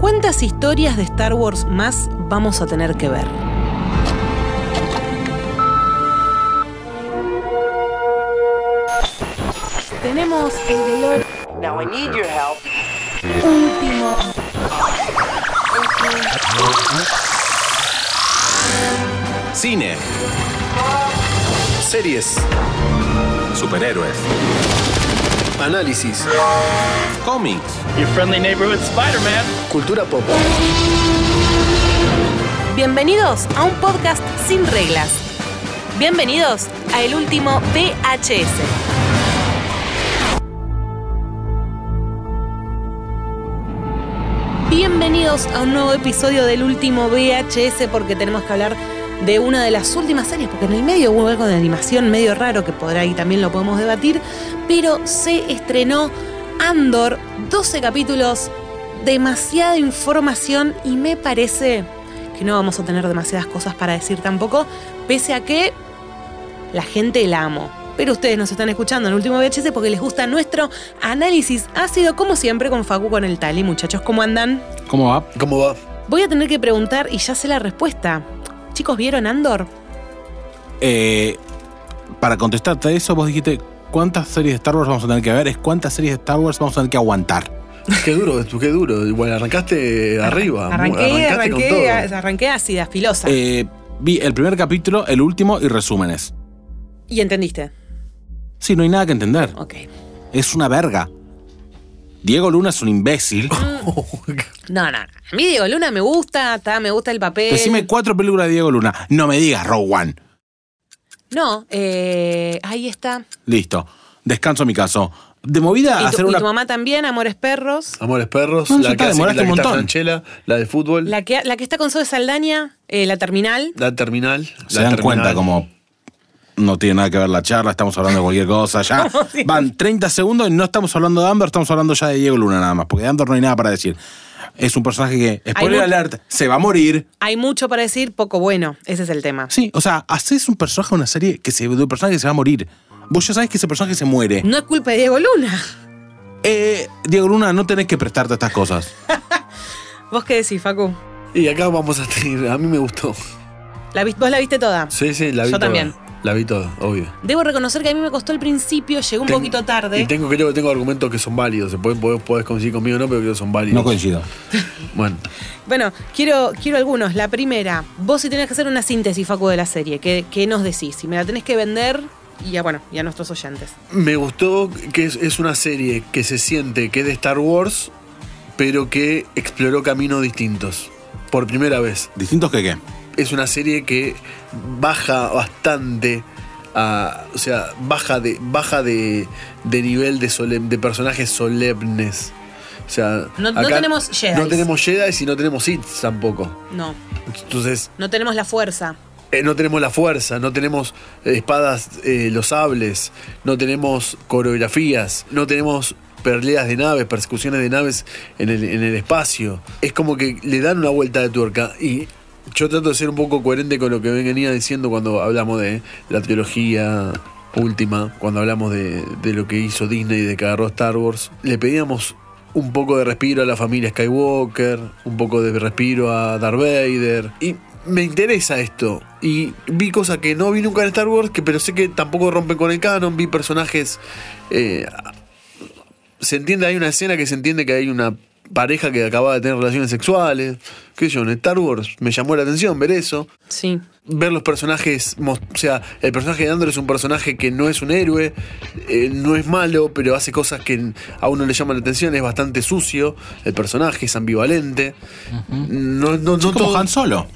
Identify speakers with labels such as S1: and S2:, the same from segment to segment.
S1: ¿Cuántas historias de Star Wars más vamos a tener que ver? Tenemos el DeLorean.
S2: Now I need your help.
S3: Último.
S4: Cine. Series. Superhéroes. Análisis. Cómics.
S5: Your friendly neighborhood Spider-Man.
S4: Cultura pop.
S1: Bienvenidos a un podcast sin reglas. Bienvenidos a el último VHS. Bienvenidos a un nuevo episodio del último VHS porque tenemos que hablar de una de las últimas series, porque en el medio hubo algo de animación medio raro que por ahí también lo podemos debatir, pero se estrenó Andor, 12 capítulos, demasiada información y me parece que no vamos a tener demasiadas cosas para decir tampoco, pese a que la gente la amo. Pero ustedes nos están escuchando en Último VHS porque les gusta nuestro análisis ácido, como siempre, con Facu con el Tali. Muchachos, ¿cómo andan?
S6: ¿Cómo va?
S4: ¿Cómo va?
S1: Voy a tener que preguntar y ya sé la respuesta. Chicos, ¿vieron Andor?
S6: Eh, para contestarte a eso, vos dijiste cuántas series de Star Wars vamos a tener que ver, es cuántas series de Star Wars vamos a tener que aguantar.
S4: Qué duro, qué duro. Igual arrancaste arriba.
S1: Arranqué,
S4: Ah, Arrancaste con todo.
S1: arranqué, arranqué ácida, filosa.
S6: Eh, vi el primer capítulo, el último y resúmenes.
S1: y entendiste.
S6: Sí, no hay nada que entender.
S1: Ok.
S6: Es una verga. Diego Luna es un imbécil.
S1: No, no, no. A mí Diego Luna me gusta, ta, me gusta el papel.
S6: Decime cuatro películas de Diego Luna. No me digas Rogue One.
S1: No, eh, ahí está.
S6: Listo. Descanso mi caso. De
S4: Ah,
S6: movida
S1: Y
S6: hacer
S1: tu, y
S6: una.
S1: tu mamá también, Amores Perros.
S4: Amores perros,
S6: No, ya
S4: la
S6: está,
S4: que hace- la
S6: demoraste
S4: que
S6: un
S4: está
S6: montón.
S4: Franchella, la de fútbol, la,
S1: La que, la que está con Zoe Saldaña, eh, la terminal.
S4: terminal.
S6: Se
S4: la
S6: dan
S4: terminal.
S6: cuenta como no tiene nada que ver la charla, estamos hablando de cualquier cosa ya. Van 30 segundos y no estamos hablando de Amber, estamos hablando ya de Diego Luna nada más, porque de Amber no hay nada para decir. Es un personaje que, spoiler
S1: mu-
S6: alert, se va a morir.
S1: Hay mucho para decir, poco bueno. Ese es el tema.
S6: Sí, o sea, haces un personaje, una serie que se, de un personaje que se va a morir. Vos ya sabés que ese personaje se muere.
S1: No es culpa de Diego Luna.
S6: Eh, Diego Luna, no tenés que prestarte a estas cosas.
S1: ¿Vos qué decís, Facu?
S4: Y acá vamos a tener, a mí me gustó.
S1: ¿La, vis- ¿Vos la viste toda?
S4: Sí, sí, la vi
S1: Yo
S4: toda.
S1: también.
S4: La vi toda, obvio.
S1: Debo reconocer que a mí me costó el principio, llegó un
S4: Ten-
S1: poquito tarde.
S4: Y tengo, creo que tengo argumentos que son válidos. Se pueden, podés, podés coincidir conmigo o no, pero creo que son válidos.
S6: No coincido.
S4: Bueno,
S1: Bueno, quiero, quiero algunos. La primera, vos si tenés que hacer una síntesis, Facu, de la serie, ¿qué, qué nos decís? Si me la tenés que vender y a, bueno, y a nuestros oyentes.
S4: me gustó que es, es una serie que se siente que es de Star Wars, pero que exploró caminos distintos. Por primera vez.
S6: Distintos que qué.
S4: Es una serie que baja bastante. a- o sea, baja de, baja de, de nivel de, solem- de personajes solemnes. O sea,
S1: No- no tenemos Jedis.
S4: No tenemos Jedi y no tenemos Sith tampoco.
S1: No,
S4: Entonces,
S1: no tenemos la fuerza.
S4: Eh, no tenemos la fuerza, no tenemos eh, espadas, eh, los sables, no tenemos coreografías, no tenemos perleas de naves, persecuciones de naves en el, en el espacio. Es como que le dan una vuelta de tuerca y yo trato de ser un poco coherente con lo que venía diciendo cuando hablamos de la trilogía última, cuando hablamos de, de lo que hizo Disney, de que agarró Star Wars. Le pedíamos un poco de respiro a la familia Skywalker, un poco de respiro a Darth Vader. Y me interesa esto. Y vi cosas que no vi nunca en Star Wars, que, pero sé que tampoco rompen con el canon. Vi personajes. eh, se entiende, hay una escena que se entiende que hay una pareja que acaba de tener relaciones sexuales. ¿Qué sé yo? En Star Wars me llamó la atención ver eso
S1: Sí.
S4: ver los personajes, mos- o sea, el personaje de Andor es un personaje que no es un héroe, eh, no es malo, pero hace cosas que n- a uno le llaman la atención, es bastante sucio, el personaje es ambivalente. No, no, no,
S6: Es como
S4: todo-
S6: Han Solo.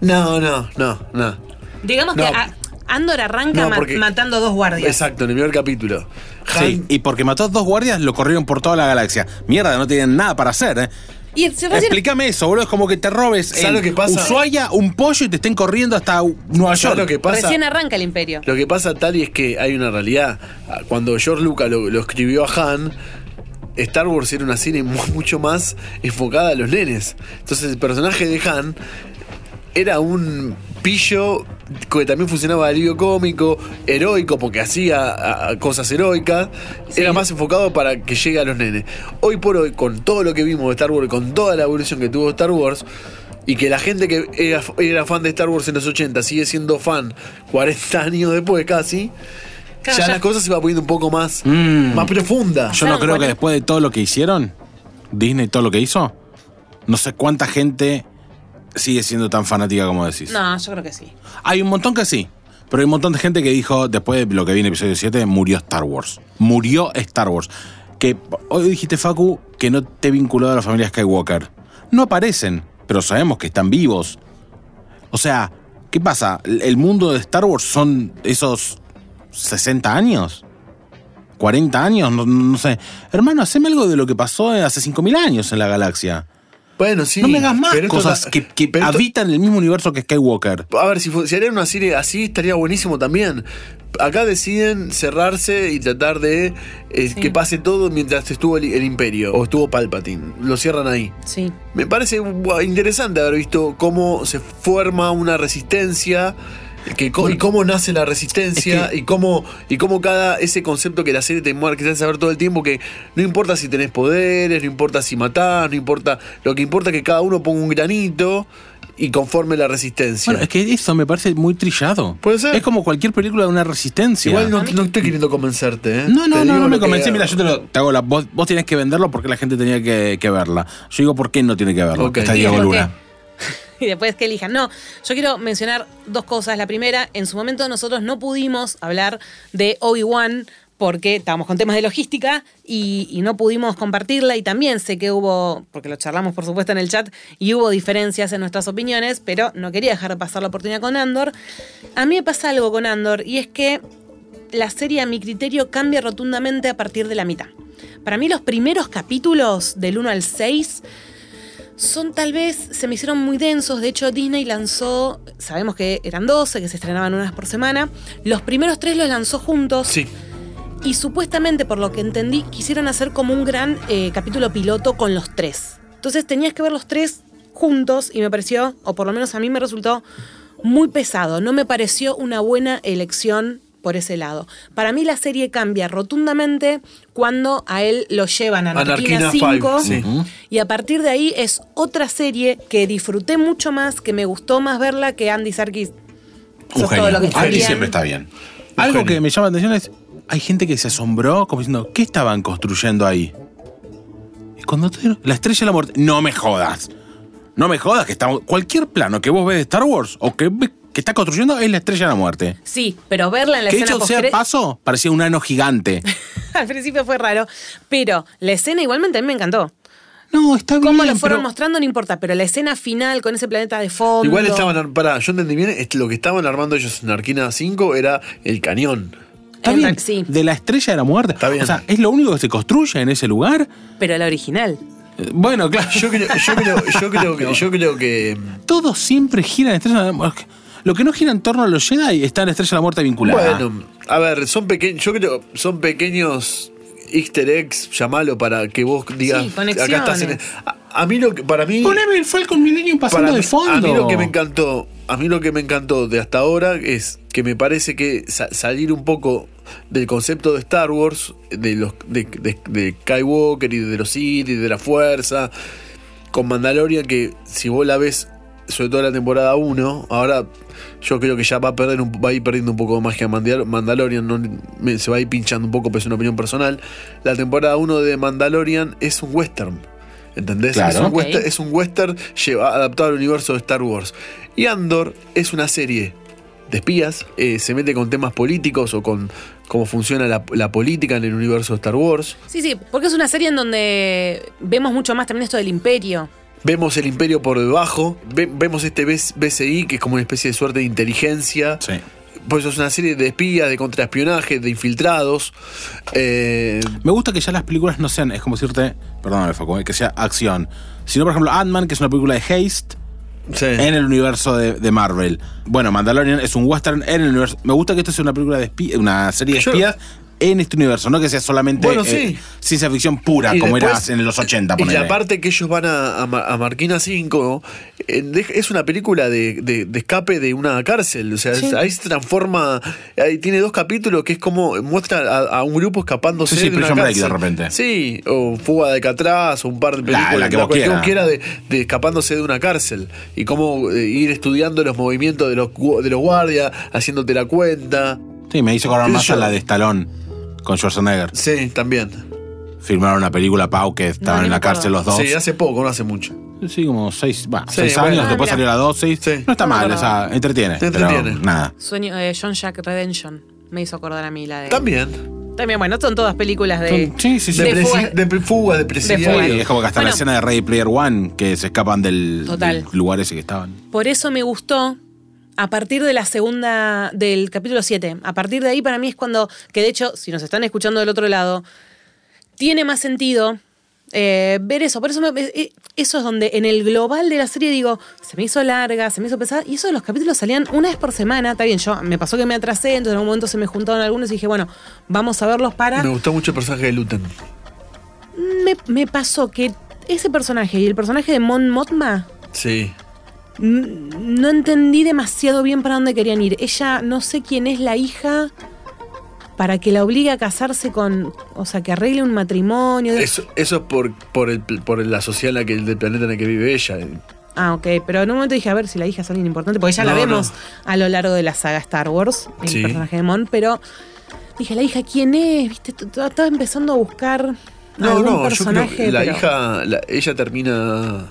S4: no, no, no, no.
S1: Digamos
S4: No.
S1: que a- Andor arranca
S4: No,
S1: ma-
S4: porque-
S1: matando a dos guardias.
S4: Exacto, en el primer capítulo. Han-
S6: Sí, y porque mató a dos guardias, lo corrieron por toda la galaxia. Mierda, no tienen nada para hacer, ¿eh?
S1: Y el- se recién-
S6: Explícame eso, boludo. Es como que te robes
S4: ¿Sabes
S6: en
S4: lo que pasa?
S6: Ushuaia un pollo y te estén corriendo hasta U- Nueva
S4: ¿Sabes
S6: York.
S4: lo que pasa?
S1: recién arranca el imperio.
S4: Lo que pasa, Tali, es que hay una realidad. Ah, Cuando George Lucas lo, lo escribió a Han, Star Wars era una serie mu- mucho más enfocada a los nenes. Entonces el personaje de Han era un pillo que también funcionaba de alivio cómico, heroico, porque hacía a- a cosas heroicas. Era más enfocado para que llegue a los nenes. Hoy por hoy, con todo lo que vimos de Star Wars, con toda la evolución que tuvo Star Wars, y que la gente que era, era fan de Star Wars en los 80 sigue siendo fan 40 años después casi,
S1: Claro,
S4: ya,
S1: ya-
S4: la cosa se va poniendo un poco más,
S6: Mm.
S4: más profunda.
S6: Yo no creo que después de todo lo que hicieron, Disney, todo lo que hizo, no sé cuánta gente sigue siendo tan fanática como decís.
S1: No, yo creo que sí.
S6: Hay un montón que sí. Pero hay un montón de gente que dijo, después de lo que viene episodio 7, murió Star Wars. Murió Star Wars. Que hoy dijiste, Facu, que no te vinculó a la familia Skywalker. No aparecen, pero sabemos que están vivos. O sea, ¿qué pasa? ¿El el mundo de Star Wars son esos 60 años? ¿40 años? No, no sé. Hermano, haceme algo de lo que pasó hace 5.000 años en la galaxia.
S4: Bueno, sí.
S6: no me hagas más
S4: pero esto
S6: cosas
S4: ta-
S6: que, que
S4: pero esto-
S6: habitan el mismo universo que Skywalker.
S4: A ver, si, fu- si harían una serie así estaría buenísimo también. Acá deciden cerrarse y tratar de eh, que pase todo mientras estuvo el, el imperio o estuvo Palpatine. Lo cierran ahí.
S1: Sí.
S4: Me parece bu- interesante haber visto cómo se forma una resistencia. Que co- y cómo nace la resistencia
S6: Es que-
S4: y cómo y cómo cada ese concepto que la serie te muere que te hace saber todo el tiempo que no importa si tenés poderes, no importa si matás, no importa, lo que importa es que cada uno ponga un granito y conforme la resistencia.
S6: Bueno, es que eso me parece muy trillado.
S4: Puede ser.
S6: Es como cualquier película de una resistencia.
S4: Igual no, no estoy queriendo convencerte, ¿eh?
S6: no,
S4: Te
S6: no,
S4: digo
S6: no, no
S4: lo
S6: me
S4: que-
S6: convencí. Mira, yo te, lo, te hago la. Vos, vos tenés que venderlo porque la gente tenía que, que verla. Yo digo, ¿por qué no tiene que verlo?
S4: Ok.
S6: Está
S4: ¿Y
S6: Diego
S1: por
S6: Luna.
S1: y después que elijan. No, yo quiero mencionar dos cosas. La primera, en su momento nosotros no pudimos hablar de Obi-Wan porque estábamos con temas de logística y, y no pudimos compartirla y también sé que hubo, porque lo charlamos por supuesto en el chat, y hubo diferencias en nuestras opiniones, pero no quería dejar pasar la oportunidad con Andor. A mí me pasa algo con Andor y es que la serie a mi criterio cambia rotundamente a partir de la mitad. Para mí los primeros capítulos del 1 al 6 son tal vez, se me hicieron muy densos. De hecho, Disney lanzó, sabemos que eran 12, que se estrenaban unas por semana. Los primeros tres los lanzó juntos
S4: Sí,
S1: y supuestamente, por lo que entendí, quisieron hacer como un gran eh, capítulo piloto con los tres. Entonces tenías que ver los tres juntos y me pareció, o por lo menos a mí me resultó, muy pesado. No me pareció una buena elección por ese lado. Para mí la serie cambia rotundamente cuando a él lo llevan a Narquina
S4: Anarquina
S1: 5.
S4: 5, sí.
S1: Y a partir de ahí es otra serie que disfruté mucho más, que me gustó más verla que Andy Serkis. Sos todo lo que
S6: Andy
S1: querían.
S6: siempre está bien. Algo
S4: genio.
S6: que me llama la atención es. Hay gente que se asombró como diciendo, ¿qué estaban construyendo ahí? Y cuando te- la estrella de la muerte. No me jodas. No me jodas que estamos. Cualquier plano que vos ves de Star Wars o que, ves que está construyendo es la estrella de la muerte.
S1: Sí, pero verla en la
S6: Que
S1: escena
S6: hecho sea
S1: postcré-
S6: paso, parecía un ano gigante.
S1: Al principio fue raro, pero la escena igualmente a mí me encantó.
S6: No, está bien.
S1: Cómo lo fueron
S6: pero-
S1: mostrando no importa, pero la escena final con ese planeta de fondo.
S4: Igual estaban, ar- pará, yo entendí bien, este, lo que estaban armando ellos en Arquina 5 era el cañón.
S6: Está
S1: en
S6: bien,
S1: ra- sí,
S6: De la estrella de la muerte.
S4: Está bien.
S6: O sea, es lo único que se construye en ese lugar.
S1: pero la original.
S6: Eh, Bueno, claro.
S4: Yo creo, yo creo, yo creo que, yo creo que
S6: Todo siempre gira en estrella de la muerte. Lo que no gira en torno a los Jedi está en la estrella de la muerte vinculada.
S4: bueno, a ver, son pequeños, yo creo, son pequeños Easter eggs, llamalo para que vos digas
S1: Sí, conexiones.
S4: A, a mí lo que para mí
S6: Poneme el Falcon Millennium pasando
S4: Para
S6: de
S4: mí-
S6: fondo.
S4: A mí lo que me encantó, a mí lo que me encantó de hasta ahora es que me parece que sa- salir un poco del concepto de Star Wars, de los de, de- de Skywalker y de los Sith y de la fuerza, con Mandalorian que si vos la ves sobre todo la temporada 1, ahora yo creo que ya va a perder un- va a ir perdiendo un poco de magia Mandal- Mandalorian, no- me- se va a ir pinchando un poco, pero es una opinión personal. La temporada 1 de Mandalorian es un western. ¿Entendés?
S6: Claro.
S4: Es un
S1: Ok.
S4: western, es un western lleva- adaptado al universo de Star Wars. Y Andor es una serie de espías, eh, se mete con temas políticos o con cómo funciona la, la política en el universo de Star Wars.
S1: Sí, sí, porque es una serie en donde vemos mucho más también esto del imperio.
S4: Vemos el imperio por debajo, ve- vemos este B- BCI, que es como una especie de suerte de inteligencia.
S6: Sí.
S4: Por eso es una serie de espías, de contraespionaje, de infiltrados. Eh,
S6: Me gusta que ya las películas no sean, es como decirte, perdóname, Facu, eh, que sea acción. Sino, por ejemplo, Ant-Man, que es una película de Haste.
S4: sí.
S6: en el universo de, de Marvel. Bueno, Mandalorian es un western en el universo. Me gusta que esto sea una película de espías, una serie de
S4: Yo-
S6: espías en este universo, no que sea solamente
S4: Bueno,
S6: eh,
S4: sí.
S6: ciencia ficción pura,
S4: Y
S6: como
S4: después-
S6: era en los 80,
S4: Y
S6: ponele.
S4: la parte que ellos van a, a, Ma- a Marquina 5 eh, de- es una película de, de- de escape de una cárcel. O sea, es- ahí se transforma. ahí tiene dos capítulos que es como muestra a, a un grupo escapándose
S6: Sí, sí,
S4: de una
S6: Prison Break
S4: cárcel.
S6: de repente.
S4: Sí, o Fuga de Alcatraz, o un par de películas.
S6: la que vos
S4: cuestión
S6: quieras.
S4: que era de, de escapándose de una cárcel. Y cómo eh, ir estudiando los movimientos de los, gu- de los guardias, haciéndote la cuenta.
S6: Sí, me hizo acordar
S4: ¿Qué
S6: más
S4: sé
S6: a
S4: yo?
S6: la de Stallone con Schwarzenegger.
S4: Sí, también.
S6: Firmaron una película Pau que
S1: ni
S6: estaban en
S1: me
S6: la
S1: acuerdo.
S6: cárcel los dos.
S4: Sí, hace poco, no hace mucho.
S6: Sí, como seis, bah,
S4: Sí,
S6: seis
S4: bueno.
S6: años,
S4: Ah,
S6: después
S1: mirá.
S6: salió la 2, seis.
S4: Sí.
S6: No está mal,
S1: No,
S6: o sea, entretiene.
S4: Te
S6: pero
S4: entretiene.
S6: nada.
S1: Sueño, John Jack Redemption. Me hizo acordar a mí la de.
S4: También.
S1: También, bueno, son todas películas de.
S6: Son- sí, sí, sí.
S4: De,
S1: De
S4: presi-
S1: fuga-
S4: de pre- fuga, de presidiarios.
S1: fuga.
S6: Sí, es como que hasta
S1: Bueno.
S6: la escena de Ready Player One que se escapan del,
S1: Total.
S6: del lugar ese que estaban.
S1: Por eso me gustó. A partir de la segunda, del capítulo 7, a partir de ahí para mí es cuando, que de hecho, si nos están escuchando del otro lado, tiene más sentido eh, ver eso. Por eso me- eh, eso es donde en el global de la serie digo, se me hizo larga, se me hizo pesada. Y eso de los capítulos salían una vez por semana. Está bien, yo me pasó que me atrasé, entonces en algún momento se me juntaron algunos y dije, bueno, vamos a verlos para.
S4: Me gustó mucho el personaje de Luten.
S1: Me, me pasó que ese personaje y el personaje de Mon Motma
S4: Sí.
S1: n- no entendí demasiado bien para dónde querían ir. Ella no sé quién es la hija para que la obligue a casarse con, o sea, que arregle un matrimonio.
S4: Eso, eso es por, por, el, por la sociedad en la que, del planeta en la que vive ella.
S1: Ah, ok, pero en un momento dije, a ver si la hija es alguien importante, porque ya la
S4: No,
S1: vemos
S4: no.
S1: a lo largo de la saga Star Wars, el
S4: Sí.
S1: personaje de Mon, pero dije, la hija, ¿quién es? ¿Viste? t- t- Estaba empezando a buscar
S4: No,
S1: algún
S4: no, yo creo
S1: personaje.
S4: que la
S1: pero-
S4: hija, la- ella termina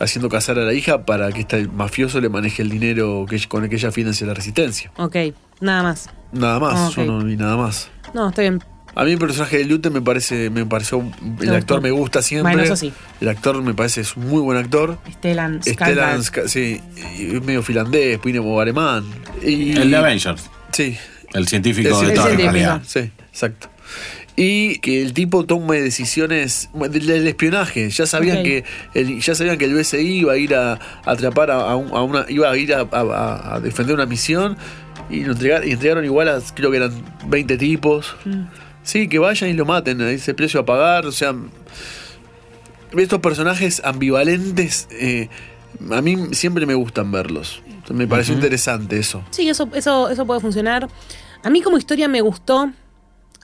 S4: haciendo casar a la hija para que este mafioso le maneje el dinero que, con el que ella financia la resistencia.
S1: Ok, nada más.
S4: Nada más,
S1: Ah, Ok.
S4: yo no vi nada más.
S1: No, está bien.
S4: A mí el personaje de Luten me parece, me pareció, el
S1: Te gustó.
S4: actor me gusta siempre.
S1: Bueno, eso sí.
S4: El actor me parece es un muy buen actor.
S1: Estelan
S4: Stellan,
S1: Skarsgård.
S4: Ska- sí, y es medio finlandés, Pinemo alemán. Y,
S6: El de Avengers,
S4: Sí,
S6: el científico
S4: El
S6: de Thor, en
S1: científico.
S6: realidad.
S4: Sí, exacto. Y que el tipo tome decisiones bueno, del, del espionaje. Ya sabían
S1: Ok.
S4: que el, ya sabían que el BCI iba a ir a, a atrapar a, a un- a una iba a ir a, a- a defender una misión y lo entregar- y entregaron igual a creo que eran 20 tipos.
S1: Mm.
S4: Sí, que vayan y lo maten, ese precio a pagar, o sea, estos personajes ambivalentes eh, a mí siempre me gustan verlos. Me pareció interesante eso.
S1: Sí, eso, eso, eso puede funcionar. A mí como historia me gustó.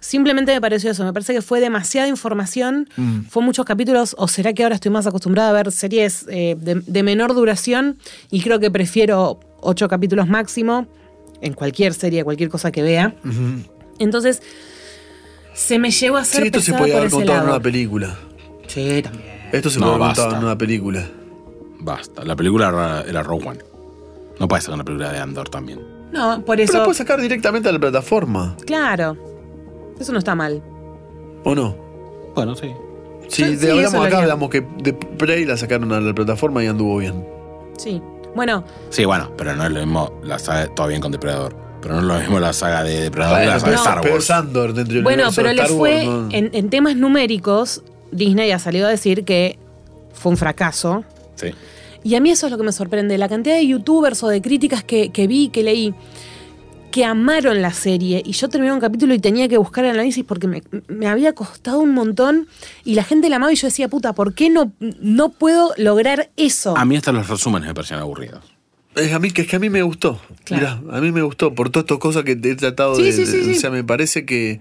S1: Simplemente me pareció eso. Me parece que fue demasiada información.
S4: Mm.
S1: Fue muchos capítulos. ¿O será que ahora estoy más acostumbrada a ver series eh, de, de menor duración? Y creo que prefiero ocho capítulos máximo en cualquier serie, cualquier cosa que vea. Entonces, se me llegó a
S4: Sí,
S1: hacer
S4: esto se
S1: pesada
S4: podía
S1: por
S4: haber
S1: ese
S4: contado en
S1: lado.
S4: una película.
S1: Sí, también.
S4: Esto se
S6: No,
S4: puede haber
S6: basta.
S4: contado en una película.
S6: Basta. La película era, era Rogue One. No puede ser una película de Andor también.
S1: No, por
S4: Pero la
S1: eso...
S4: puedes sacar directamente a la plataforma,
S1: Claro. Eso no está mal.
S4: ¿o no?
S6: Bueno, sí.
S4: Si
S1: Sí,
S4: de-
S1: sí, eso lo
S4: hablamos acá,
S1: haría.
S4: hablamos que de Prey la sacaron a la plataforma y anduvo bien.
S1: Sí. Bueno,
S6: Sí, bueno, pero no es lo mismo la saga, todo bien con Depredador. Pero no es lo mismo la saga de Depredador que la saga
S4: pero
S6: de
S1: no.
S6: Star
S4: pero
S6: Wars.
S4: Sandor dentro del
S1: Bueno,
S4: universo
S1: pero
S4: de
S1: le
S4: Star
S1: fue,
S4: Wars, ¿no?
S1: en, en temas numéricos, Disney ha salido a decir que fue un fracaso.
S6: Sí.
S1: Y a mí eso es lo que me sorprende, la cantidad de youtubers o de críticas que, que vi, que leí, que amaron la serie. Y yo terminé un capítulo y tenía que buscar el análisis porque me, me había costado un montón. Y la gente la amaba y yo decía, puta, ¿por qué no, no puedo lograr eso?
S6: A mí hasta los resúmenes me parecían aburridos.
S4: Es, a mí, que es que a mí me gustó.
S1: Claro.
S4: Mirá, a mí me gustó por todas estas cosas que he tratado
S1: Sí,
S4: de,
S1: sí, sí,
S4: de-
S1: sí.
S4: O sea, me parece que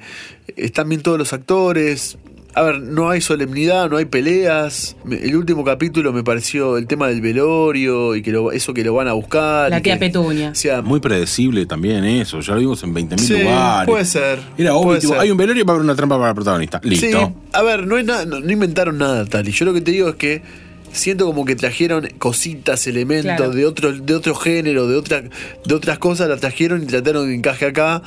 S4: están bien todos los actores. A ver, no hay solemnidad, no hay peleas. Me- El último capítulo me pareció el tema del velorio y que lo- eso que lo van a buscar.
S1: La
S4: y
S1: tía
S4: que-
S1: Petunia.
S4: O sea,
S6: Muy predecible también eso. Ya lo vimos en 20.000
S4: Ah. Sí,
S6: lugares.
S4: puede ser,
S6: Era
S4: puede
S6: obvio. tipo,
S4: ser.
S6: Hay un velorio y va a haber una trampa para el protagonista. Listo.
S4: Sí, a ver, no, es nada- no, no inventaron nada, Tali. Yo lo que te digo es que siento como que trajeron cositas, elementos
S1: Claro.
S4: de, otro, de otro género, de, otra, de otras cosas, las trajeron y trataron de encaje acá.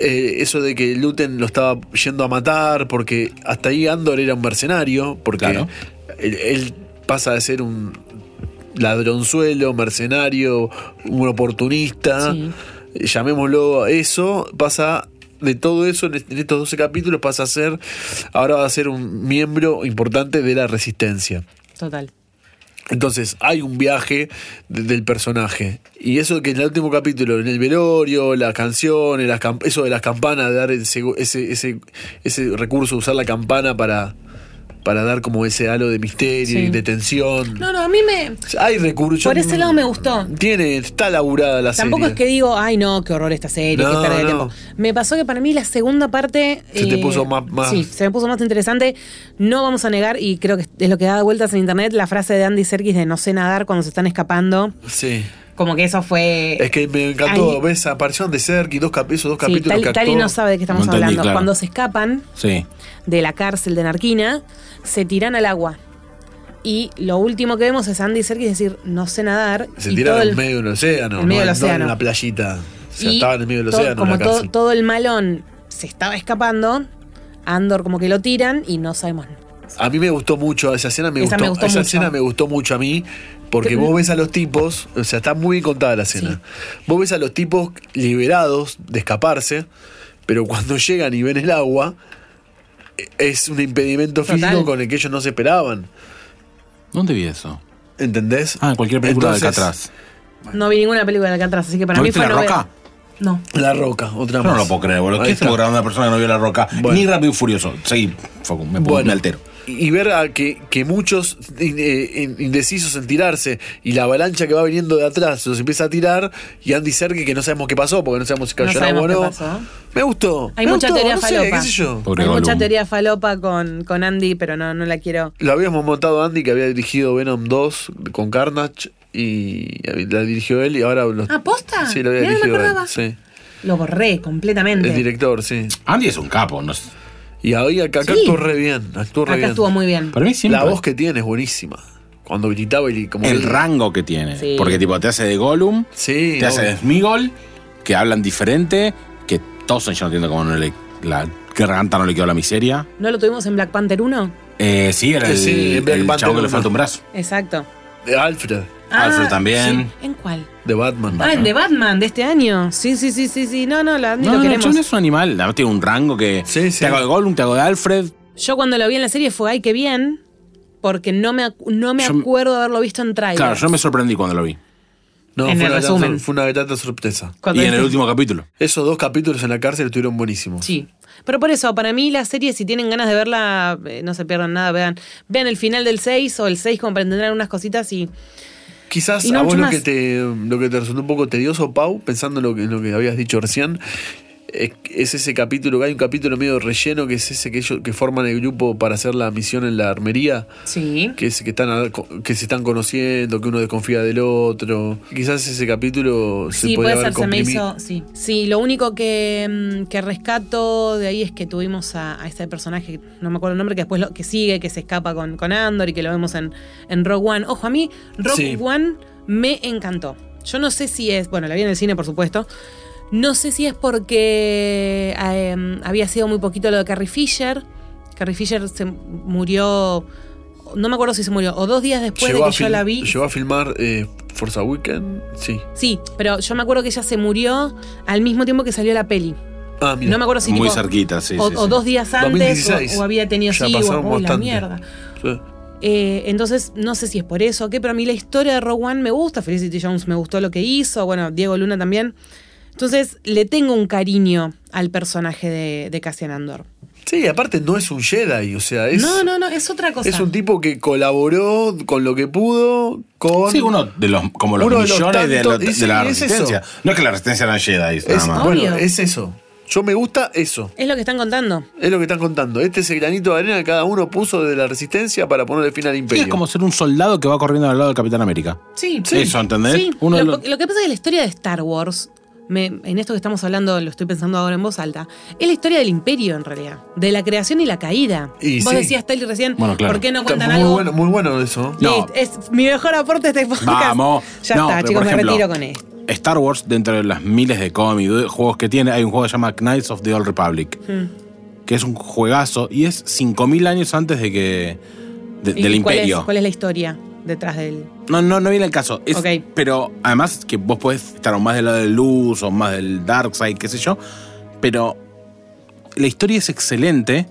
S4: Eh, eso de que Luten lo estaba yendo a matar, porque hasta ahí Andor era un mercenario, porque
S6: Claro.
S4: él, él pasa de ser un ladronzuelo, mercenario, un oportunista
S1: Sí.
S4: llamémoslo eso, pasa de todo eso en est- en estos 12 capítulos pasa a ser ahora va a ser un miembro importante de la resistencia.
S1: Total.
S4: Entonces hay un viaje de- del personaje. Y eso que en el último capítulo, en el velorio, las canciones, las camp- eso de las campanas, de dar ese, ese, ese, ese recurso, usar la campana para, para dar como ese halo de misterio
S1: Sí.
S4: y de tensión.
S1: No, no, a mí me.
S4: Hay recursos.
S1: Por ese lado me gustó.
S4: Tiene, está laburada la
S1: Tampoco es
S4: serie.
S1: que digo, ay no, qué horror esta serie,
S4: No,
S1: qué pérdida de
S4: no.
S1: tiempo. Me pasó que para mí la segunda parte. eh,
S4: Se te puso más- más-
S1: Sí, se me puso más interesante. No vamos a negar, y creo que es lo que da vueltas en internet, la frase de Andy Serkis de no sé nadar cuando se están escapando.
S4: Sí.
S1: Como que eso fue.
S4: Es que me encantó.
S1: Ahí-
S4: Ves, aparecieron de cerca y dos cap- esos dos
S1: Sí,
S4: capítulos
S1: Tali-
S4: que
S1: Tali
S4: actuó.
S1: no sabe de qué estamos
S6: No entendí,
S1: hablando.
S6: claro.
S1: Cuando se escapan
S6: Sí.
S1: de la cárcel de Narquina, se tiran al agua. Y lo último que vemos es Andy Serkis decir, no sé nadar.
S4: Se
S1: y
S4: tiraron
S1: todo
S4: en
S1: el-
S4: medio del océano.
S1: en medio del
S4: no, no
S1: océano.
S4: en una playita. O sea,
S1: Y
S4: estaban en medio del
S1: todo-
S4: océano. en
S1: Como
S4: la
S1: todo,
S4: cárcel.
S1: todo el malón se estaba escapando, Andor como que lo tiran y no sabemos.
S4: A mí me gustó mucho, esa escena me
S1: Esa
S4: gustó,
S1: me gustó
S4: esa
S1: mucho.
S4: escena me gustó mucho a mí, porque vos ves a los tipos, o sea, está muy bien contada la escena. Vos ves a los tipos liberados de escaparse, pero cuando llegan y ven el agua, e- es un impedimento
S1: Total.
S4: físico con el que ellos no se esperaban.
S6: ¿Dónde vi eso?
S4: ¿Entendés?
S6: Ah, en cualquier película
S4: Entonces,
S6: de Alcatraz.
S1: No vi ninguna película de Alcatraz, así que para
S6: ¿No
S1: mí
S6: viste
S1: fue
S6: La
S1: novedad.
S6: Roca?
S1: No.
S4: La Roca, otra
S6: Yo no
S4: más.
S6: lo puedo creer, boludo.
S4: Ahí
S6: ¿Qué este
S4: está.
S6: estuvo grabando una persona que no vio La Roca?
S4: Bueno.
S6: Ni Rápido y Furioso. Sí, Facu, me, pongo-
S4: Bueno,
S6: me altero.
S4: Y ver a que, que muchos in- eh, in- indecisos en tirarse y la avalancha que va viniendo de atrás los empieza a tirar y Andy Serkis que no sabemos qué pasó porque no sabemos si
S1: No
S4: cayó en
S1: sabemos
S4: agua o no.
S1: qué pasó.
S4: Me gustó.
S1: Hay
S4: me
S1: mucha
S4: gustó,
S1: teoría
S4: no sé,
S1: falopa.
S4: qué sé yo.
S6: Pobre
S1: Hay mucha
S6: Gollum.
S1: teoría falopa con, con Andy, pero no, no la quiero.
S4: Lo habíamos montado a Andy que había dirigido Venom 2 con Carnage y la dirigió él y ahora los,
S1: ¿Ah, posta?
S4: Sí, lo había
S1: Mirá, no me
S4: dirigido él.
S1: acordaba.
S4: sí.
S1: Lo borré completamente.
S4: El director, sí.
S6: Andy es un capo. No es-
S4: Y ahí acá, acá
S1: Sí.
S4: actuó re bien. Actuó re
S1: Acá
S4: bien.
S1: estuvo muy bien.
S6: Para mí siempre.
S4: La voz que tiene es buenísima. Cuando gritaba y como
S6: El
S4: que-
S6: rango que tiene.
S1: Sí.
S6: Porque tipo, te hace de Gollum,
S4: Sí.
S6: te hace
S4: obvio.
S6: de Smigol, que hablan diferente, que tosen, yo no entiendo cómo no le, la garganta no le quedó la miseria.
S1: ¿No lo tuvimos en Black Panther 1?
S6: Eh, sí, era
S4: Eh,
S6: el,
S4: sí,
S6: el
S4: Black Panther
S6: chabón que le
S4: uno.
S6: falta un brazo.
S1: Exacto.
S4: De Alfred,
S6: Alfred Ah, también.
S1: Ah, sí. ¿En cuál?
S4: de Batman.
S1: Ah, el de Batman de este año. Sí, sí, sí, sí, sí. No, no, la Andy
S6: No,
S1: lo
S6: no,
S1: queremos.
S6: John es un animal. Además tiene un rango que
S4: Sí, sí.
S6: te hago de Gollum, te hago de Alfred.
S1: Yo cuando lo vi en la serie fue, ay, qué bien, porque no me, acu- no me
S6: Yo me-
S1: acuerdo de haberlo visto en trailers.
S6: Claro, yo me sorprendí cuando lo vi.
S4: No,
S1: En
S4: fue,
S1: el
S4: una gran
S1: resumen.
S4: sor- fue una gran sorpresa.
S1: Cuando
S6: Y en
S1: dije-
S6: el último capítulo.
S4: Esos dos capítulos en la cárcel estuvieron buenísimos.
S1: Sí. Pero por eso, para mí la serie, si tienen ganas de verla, eh, no se pierdan nada, vean, vean el final del 6 o el 6 como para entender algunas cositas y
S4: Quizás
S1: Y no
S4: a vos
S1: mucho
S4: lo
S1: más.
S4: que, te, lo que te resultó un poco tedioso, Pau, pensando en lo que, en lo que habías dicho recién, es, es ese capítulo, que hay un capítulo medio relleno, que es ese que ellos que forman el grupo para hacer la misión en la armería,
S1: sí.
S4: que es que están a- que se están conociendo, que uno desconfía del otro. Quizás ese capítulo se
S1: Sí,
S4: podía
S1: puede
S4: haber
S1: ser, se me
S4: comprimi-
S1: hizo. Sí, sí lo único que, mm, que rescato de ahí es que tuvimos a, a este personaje, no me acuerdo el nombre, que después lo, que sigue, que se escapa con, con Andor y que lo vemos en, en Rogue One. Ojo, a mí, Rogue
S4: Sí.
S1: One me encantó. Yo no sé si es. Bueno, la vi en el cine, por supuesto. No sé si es porque eh, había sido muy poquito lo de Carrie Fisher. Carrie Fisher se murió. No me acuerdo si se murió. O dos días después de
S4: Llegó a
S1: que yo
S4: fil-
S1: la vi.
S4: Llegó a filmar eh, Forza Weekend, sí.
S1: Sí, pero yo me acuerdo que ella se murió al mismo tiempo que salió la peli.
S4: Ah, mira.
S1: No me acuerdo si
S6: Muy
S1: tipo,
S6: cerquita, sí.
S1: o,
S6: sí,
S1: o
S6: sí.
S1: dos días antes
S4: 2016.
S1: o, o había tenido
S4: Ya
S1: sí, o-
S4: pasaron
S1: uy, la
S4: bastante.
S1: mierda.
S4: Sí.
S1: Eh, entonces, no sé si es por eso o qué, pero a mí la historia de Rogue One me gusta. Felicity Jones me gustó lo que hizo. Bueno, Diego Luna también. Entonces, le tengo un cariño al personaje de, de Cassian Andor.
S4: Sí, aparte no es un Jedi, o sea, es,
S1: no, no, no, es otra cosa.
S4: es un tipo que colaboró con lo que pudo, con...
S6: Sí, uno de los, como los
S4: Uno de los
S6: millones de,
S4: tantos-
S6: lo- de
S4: sí,
S6: la
S4: es eso.
S6: resistencia. no es que la resistencia eran Jedi, nada
S4: Es-
S6: más.
S1: Obvio.
S4: bueno, es eso. Yo me gusta eso.
S1: Es lo que están contando.
S4: Es lo que están contando. Este es el granito de arena que cada uno puso de la resistencia para ponerle fin al
S6: Sí,
S4: imperio.
S6: es como ser un soldado que va corriendo al lado del Capitán América.
S1: Sí,
S6: Eso, ¿entendés?
S1: Sí,
S6: Uno de
S1: lo,
S6: los-
S1: lo que pasa es que la historia de Star Wars, me- en esto que estamos hablando, lo estoy pensando ahora en voz alta, es la historia del imperio en realidad, de la creación y la caída.
S4: Y
S1: Vos
S4: sí.
S1: decías, Telly, recién,
S6: Bueno, claro.
S1: ¿por qué no
S4: Está
S1: cuentan
S4: muy
S1: algo?
S4: bueno, muy bueno eso.
S6: No.
S1: Listo, Es mi mejor aporte a este podcast.
S6: Vamos.
S1: Ya
S6: No,
S1: está,
S6: pero
S1: chicos,
S6: por
S1: me
S6: ejemplo,
S1: retiro con esto.
S6: Star Wars, dentro de las miles de cómics, de juegos que tiene, hay un juego que se llama Knights of the Old Republic. Que es un juegazo y es 5.000 años antes de que. de-
S1: ¿Y
S6: del
S1: cuál es-
S6: Imperio.
S1: ¿Cuál es la historia detrás del...?
S6: No, no, no viene el caso. Es-
S1: Ok.
S6: Pero además que vos podés estar o más del lado de luz o más del dark side, qué sé yo. Pero la historia es excelente.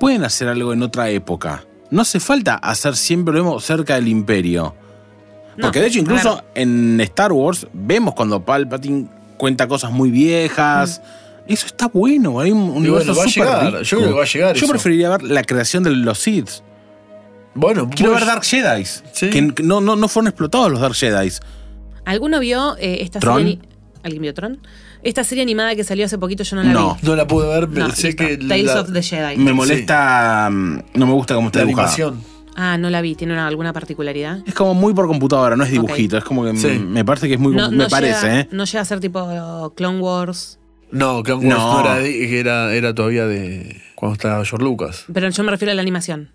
S6: Pueden hacer algo en otra época. No hace falta hacer siempre lo mismo cerca del imperio.
S1: No,
S6: Porque de hecho, incluso
S1: claro.
S6: en Star Wars vemos cuando Palpatine cuenta cosas muy viejas.
S1: Mm.
S6: Eso está bueno. Hay un universo
S4: va a
S6: súper
S4: llegar,
S6: rico.
S4: yo creo que va a llegar
S6: Yo
S4: eso.
S6: preferiría ver la creación de los Sith.
S4: Bueno,
S6: Quiero
S4: vos-
S6: ver Dark Jedi.
S4: Sí.
S6: Que no, no, no fueron explotados los Dark Jedi.
S1: ¿Alguno vio eh, esta
S6: ¿Tron?
S1: serie? ani- ¿Alguien vio Tron? Esta serie animada que salió hace poquito, yo no la
S6: No.
S1: vi.
S4: No la pude ver, pero
S1: No,
S4: sé
S1: listo.
S4: que.
S1: Tales
S4: la,
S1: of the Jedi.
S6: Me molesta. mm, No me gusta cómo está
S4: La
S6: dibujada.
S4: animación.
S1: Ah, no la vi. ¿Tiene una- alguna particularidad?
S6: Es como muy por computadora, no es dibujito. Es como que
S4: Sí.
S6: me- me parece que es muy.
S1: No,
S6: me
S1: no
S6: parece,
S1: llega,
S6: ¿eh?
S1: No llega a ser tipo Clone Wars.
S4: No, Clone Wars
S6: No.
S4: no, era, de- era, era todavía de. Cuando estaba George Lucas.
S1: Pero yo me refiero a la animación.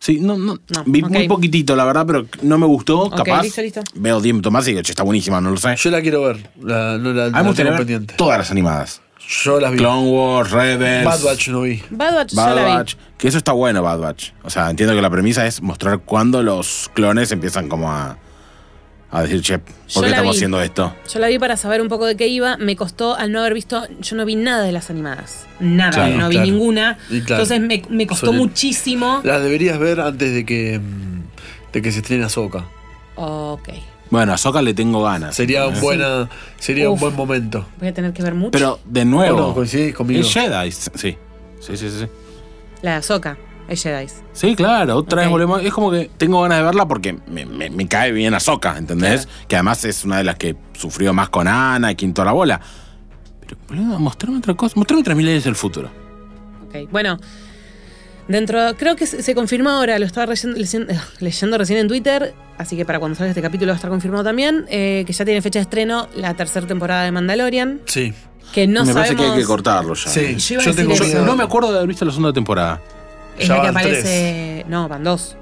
S6: Sí, no, no.
S1: No,
S6: Vi
S1: ok.
S6: muy poquitito, la verdad, pero no me gustó.
S1: Ok,
S6: capaz.
S1: listo, listo.
S6: Veo tiempo más y digo, che, está buenísima, no lo sé.
S4: Yo la quiero ver. La, no la,
S6: A mí me
S4: la
S6: gustaría
S4: tengo
S6: ver
S4: pendiente.
S6: todas las animadas.
S4: Yo las vi.
S6: Clone Wars, Rebels.
S4: Bad Batch no vi.
S1: Bad Batch,
S6: Bad
S1: yo la vi.
S6: Batch. Que eso está bueno, Bad Batch. O sea, entiendo que la premisa es mostrar cuándo los clones empiezan como a, a decir, che,
S1: Yo
S6: ¿por qué
S1: la
S6: estamos
S1: vi.
S6: haciendo esto?
S1: Yo la vi para saber un poco de qué iba. Me costó al no haber visto. Yo no vi nada de las animadas. Nada.
S6: Claro,
S1: no vi
S4: claro.
S1: ninguna.
S4: Y claro.
S1: Entonces me, me costó
S4: Sobre-
S1: muchísimo.
S4: Las deberías ver antes de que. mm, De que se estrene Ahsoka.
S1: Ok.
S6: Bueno, a Soca le tengo ganas.
S4: Sería un buena. Sería un
S1: Uf.
S4: buen momento.
S1: Voy a tener que ver mucho.
S6: Pero, de nuevo.
S4: Bueno, coincidís conmigo.
S6: Es Jedi. Sí. Sí, sí, sí. sí.
S1: La de Ahsoka, es Jedi.
S6: Sí, claro, otra vez
S1: Ok.
S6: volvemos. Es como que tengo ganas de verla porque me, me- me cae bien a Soca, ¿entendés? Que además es una de las que sufrió más con Ana y quinto la bola. Pero, boludo, mostrame otra cosa. Mostrame otras mil leyes del futuro.
S1: Ok, Bueno, dentro, creo que se se confirmó ahora, lo estaba leyendo, leyendo- leyendo recién en Twitter, así que para cuando salga este capítulo va a estar confirmado también, eh, que ya tiene fecha de estreno la tercera temporada de Mandalorian,
S4: Sí.
S1: que no
S6: me parece
S1: sabemos...
S6: que hay que cortarlo ya.
S4: Sí.
S1: Yo iba a
S4: Yo
S1: decir
S4: tengo
S1: eso.
S6: Yo
S4: miedo.
S6: no me acuerdo de haber visto la segunda temporada.
S1: Es
S4: Ya
S1: la que
S4: van
S1: aparece... No, van dos.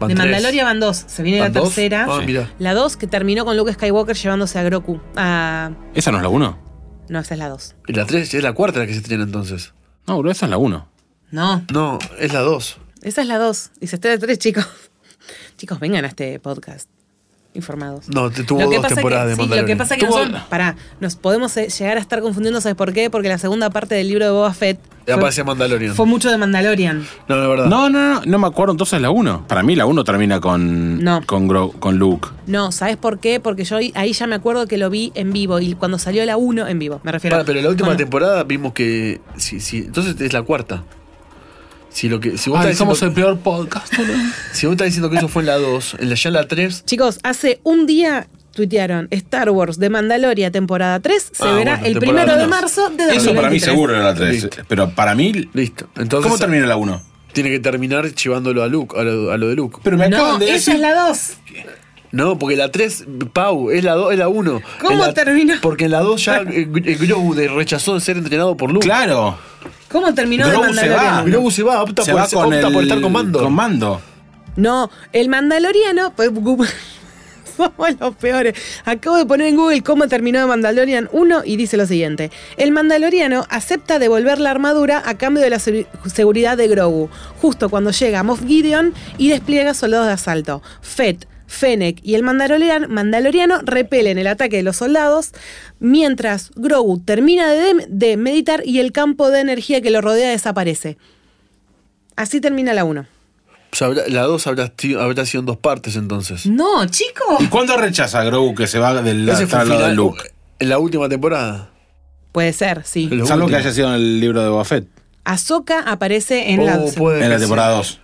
S4: Van
S1: de
S4: tres.
S1: Mandalorian van dos, se viene
S4: ¿Van
S1: la
S4: dos?
S1: tercera.
S4: Ah,
S6: Sí.
S4: mira.
S1: La dos que terminó con Luke Skywalker llevándose a Grogu. Ah,
S6: ¿Esa no es la 1?
S1: no, esa es la dos.
S4: Y la 3 es la cuarta la que se estrena entonces.
S6: No, bro, esa es la 1.
S1: No,
S4: No, es la 2.
S1: esa es la dos. Y se estrena tres, chicos. Chicos, vengan a este podcast informados.
S4: No, te- tuvo
S1: Lo que
S4: dos
S1: pasa
S4: temporadas
S1: que,
S4: de
S1: sí, Lo
S4: Mandalorian.
S1: que pasa es que
S6: Tuvo-
S1: nosotros, pará, nos podemos eh, llegar a estar confundiendo, ¿sabes por qué? Porque la segunda parte del libro de Boba Fett
S4: Y aparece
S1: fue,
S4: Mandalorian.
S1: fue mucho de Mandalorian.
S4: No, la verdad.
S6: No, no, no, no me acuerdo entonces la 1. Para mí la 1 termina con,
S1: No.
S6: con, Gro- con Luke.
S1: No, ¿sabes por qué? Porque yo ahí- ahí ya me acuerdo que lo vi en vivo y cuando salió la 1 en vivo, me refiero.
S4: Pará, pero la última
S1: Bueno,
S4: temporada vimos que. Sí, sí, entonces es la cuarta. Si, lo que, si, vos
S6: Ay,
S4: estás
S6: somos el
S4: diciendo,
S6: peor podcast, boludo.
S4: si vos estás diciendo que eso fue en la 2, en la, ya en la 3.
S1: Chicos, hace un día tuitearon Star Wars de Mandaloria temporada 3, se
S4: Ah,
S1: verá
S4: bueno,
S1: el
S4: temporada
S1: primero de
S4: tres.
S1: marzo de 2023.
S6: Eso para mí seguro era la 3.
S4: Listo.
S6: Pero para mí.
S4: Listo. Entonces
S6: ¿Cómo termina la 1?
S4: tiene que terminar chivándolo a Luke, a lo, a lo de Luke.
S6: Pero me
S1: No,
S6: acaban de
S1: esa
S6: decir.
S1: es la 2.
S4: No, porque la 3, Pau, es la 2, es la 1.
S1: ¿Cómo
S4: En la-
S1: termina?
S4: Porque en la 2 ya eh, Gr- eh, Grogu de- rechazó de ser entrenado por Luke.
S6: Claro.
S1: ¿Cómo terminó de
S6: Grogu se va.
S1: Mandalorian?
S4: Grogu se va, opta,
S6: Se
S4: por,
S6: va con
S4: opta
S6: el,
S4: por estar con Mando.
S6: Con mando.
S1: No, el mandaloriano. pues, gu- Somos los peores. Acabo de poner en Google cómo terminó de Mandalorian 1 y dice lo siguiente. El mandaloriano acepta devolver la armadura a cambio de la segu- seguridad de Grogu, justo cuando llega Moff Gideon y despliega soldados de asalto. Fett, Fennec y el mandalorian, mandaloriano repelen el ataque de los soldados, mientras Grogu termina de, dem- de meditar y el campo de energía que lo rodea desaparece. Así termina la 1.
S4: O sea, habrá- la 2 habrá, sido- habrá sido en dos partes entonces.
S1: No, chicos.
S6: ¿Y cuándo rechaza a Grogu que se va del
S4: Ese fue
S6: al
S4: el
S6: lado de
S4: final,
S6: Luke?
S4: En la última temporada.
S1: Puede ser, sí.
S4: Lo
S6: Salvo que
S4: último.
S6: haya sido en el libro de Buffett.
S1: Ahsoka aparece en la.
S4: O Oh, puede
S6: En la
S4: que
S6: temporada
S4: sea-
S6: 2.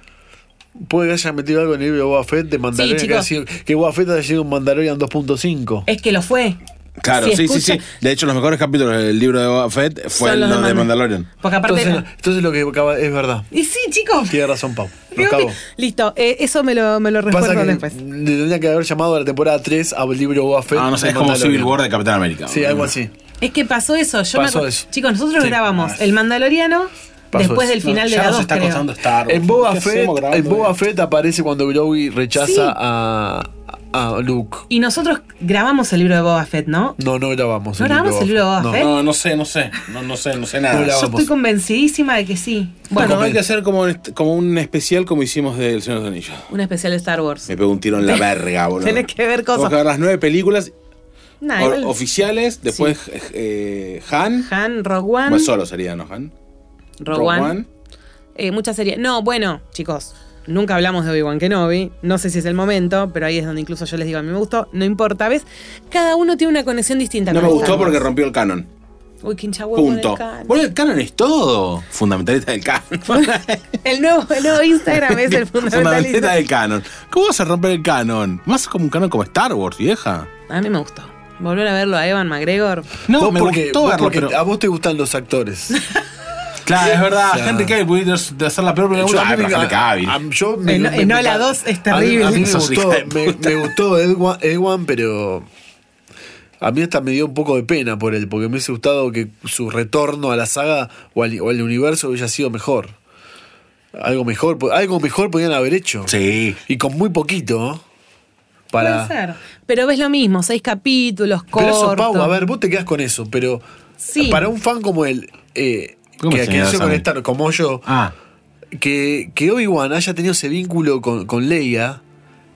S4: Puede que haya metido algo en el libro de Boba Fett de Mandalorian. que,
S1: chicos.
S4: ha sido- que Boba Fett haya sido un Mandalorian
S6: Eh,
S4: 2.5.
S1: Es que lo fue.
S6: Claro,
S1: Si
S6: sí, sí,
S1: escucha-
S6: sí. De hecho, los mejores capítulos del libro de Buffett fue
S1: Son los
S6: los
S1: de
S6: de
S1: Mand-
S6: Mandalorian.
S1: Porque aparte.
S4: Entonces, entonces lo que acaba es verdad.
S1: y sí, chicos.
S4: Tiene razón, Pau. Lo
S1: Creo
S4: acabo.
S1: que- Listo, eh, eso me lo, me lo
S4: Pasa
S1: recuerdo
S4: que
S1: después.
S4: le tendría que haber llamado a la temporada 3 al libro Boba Fett.
S6: Ah, no sé,
S4: de
S6: es como
S4: Mandalorian.
S6: Civil War de Capitán América.
S4: Sí, algo así.
S1: Es que pasó eso. Yo me
S4: Pasó
S1: acu-
S4: eso.
S1: Chicos, nosotros
S4: Sí. Ah,
S1: grabamos El Mandaloriano
S4: Pasó
S1: después
S4: eso.
S1: del final de la 2. creo.
S6: Star
S4: En Boba, Fett, en
S6: eh.
S4: Boba Fett aparece cuando Grogu rechaza
S1: Sí.
S4: a, a Luke.
S1: Y nosotros grabamos el libro de Boba Fett, ¿no?
S4: No, no grabamos.
S1: ¿No grabamos el libro de Boba
S4: No.
S1: Fett?
S6: No, no sé, no sé. No, no sé, no sé nada.
S4: No la-
S1: Yo
S4: grabamos.
S1: estoy convencidísima de que sí. Bueno,
S6: Bueno, hay que hacer como, un- como un especial como hicimos del Señor de los Anillos.
S1: un especial de Star Wars.
S6: Me pegó un tiro en la verga, boludo.
S1: Tenés que ver
S6: Tenemos
S1: cosas.
S6: que ver las nueve películas
S1: Nah,
S6: o-
S1: igual-
S6: oficiales, después eh, Han.
S1: Han, Rogue One.
S6: Bueno, solo sería, ¿no, Han?
S1: Rogue One. Eh, muchas series. No, bueno, chicos. Nunca hablamos de Obi-Wan Kenobi, no sé si es el momento, pero ahí es donde incluso yo les digo, a mí me gustó, no importa, ¿ves? Cada uno tiene una conexión distinta.
S6: No me
S1: con
S6: gustó
S1: Star Wars.
S6: porque rompió el canon.
S1: Uy, qué hincha huevo
S6: Punto.
S1: del can.
S6: Bueno, el canon es todo. Fundamentalista del canon.
S1: El nuevo, el nuevo Instagram es el
S6: Fundamentalista
S1: fundamentalista.
S6: del canon. ¿Cómo vas a romper el canon? Más como un canon como Star Wars, vieja.
S1: A mí me gustó. Volver a verlo a Evan McGregor.
S6: No,
S4: Vos
S6: me
S4: porque,
S6: gustó
S4: vos
S6: verlo,
S4: porque ah,
S6: pero-
S4: a vos te gustan los actores.
S6: Claro, es verdad.
S4: O sea,
S6: gente que hay pudiera hacer la peor
S4: Yo,
S6: pregunta.
S4: a mí
S6: Ah, pero
S4: me-
S6: gente que hábil.
S4: a- yo me-
S1: En-
S4: me-
S1: en
S4: me-
S1: Ola 2 es terrible.
S4: A mí, a mí me
S6: Sos hija
S4: gustó,
S6: de
S4: me,
S6: puta.
S4: me gustó Edwan, Edwan, pero a mí hasta me dio un poco de pena por él, porque me hubiese gustado que su retorno a la saga o al, o al universo hubiera sido mejor. Algo mejor, po- algo mejor podían haber hecho.
S6: Sí.
S4: Y con muy poquito, ¿no? para.
S1: Puede ser. Pero ves lo mismo, seis capítulos,
S4: Pero
S1: corto.
S4: eso, Pau, a ver, vos te quedás con eso, pero
S1: Sí.
S4: para un fan como él, eh,
S6: ¿Cómo
S4: que,
S6: me
S4: que nació
S6: señalás a
S4: con
S6: mí?
S4: Star, como yo,
S6: Ah,
S4: que, que Obi-Wan haya tenido ese vínculo con, con Leia,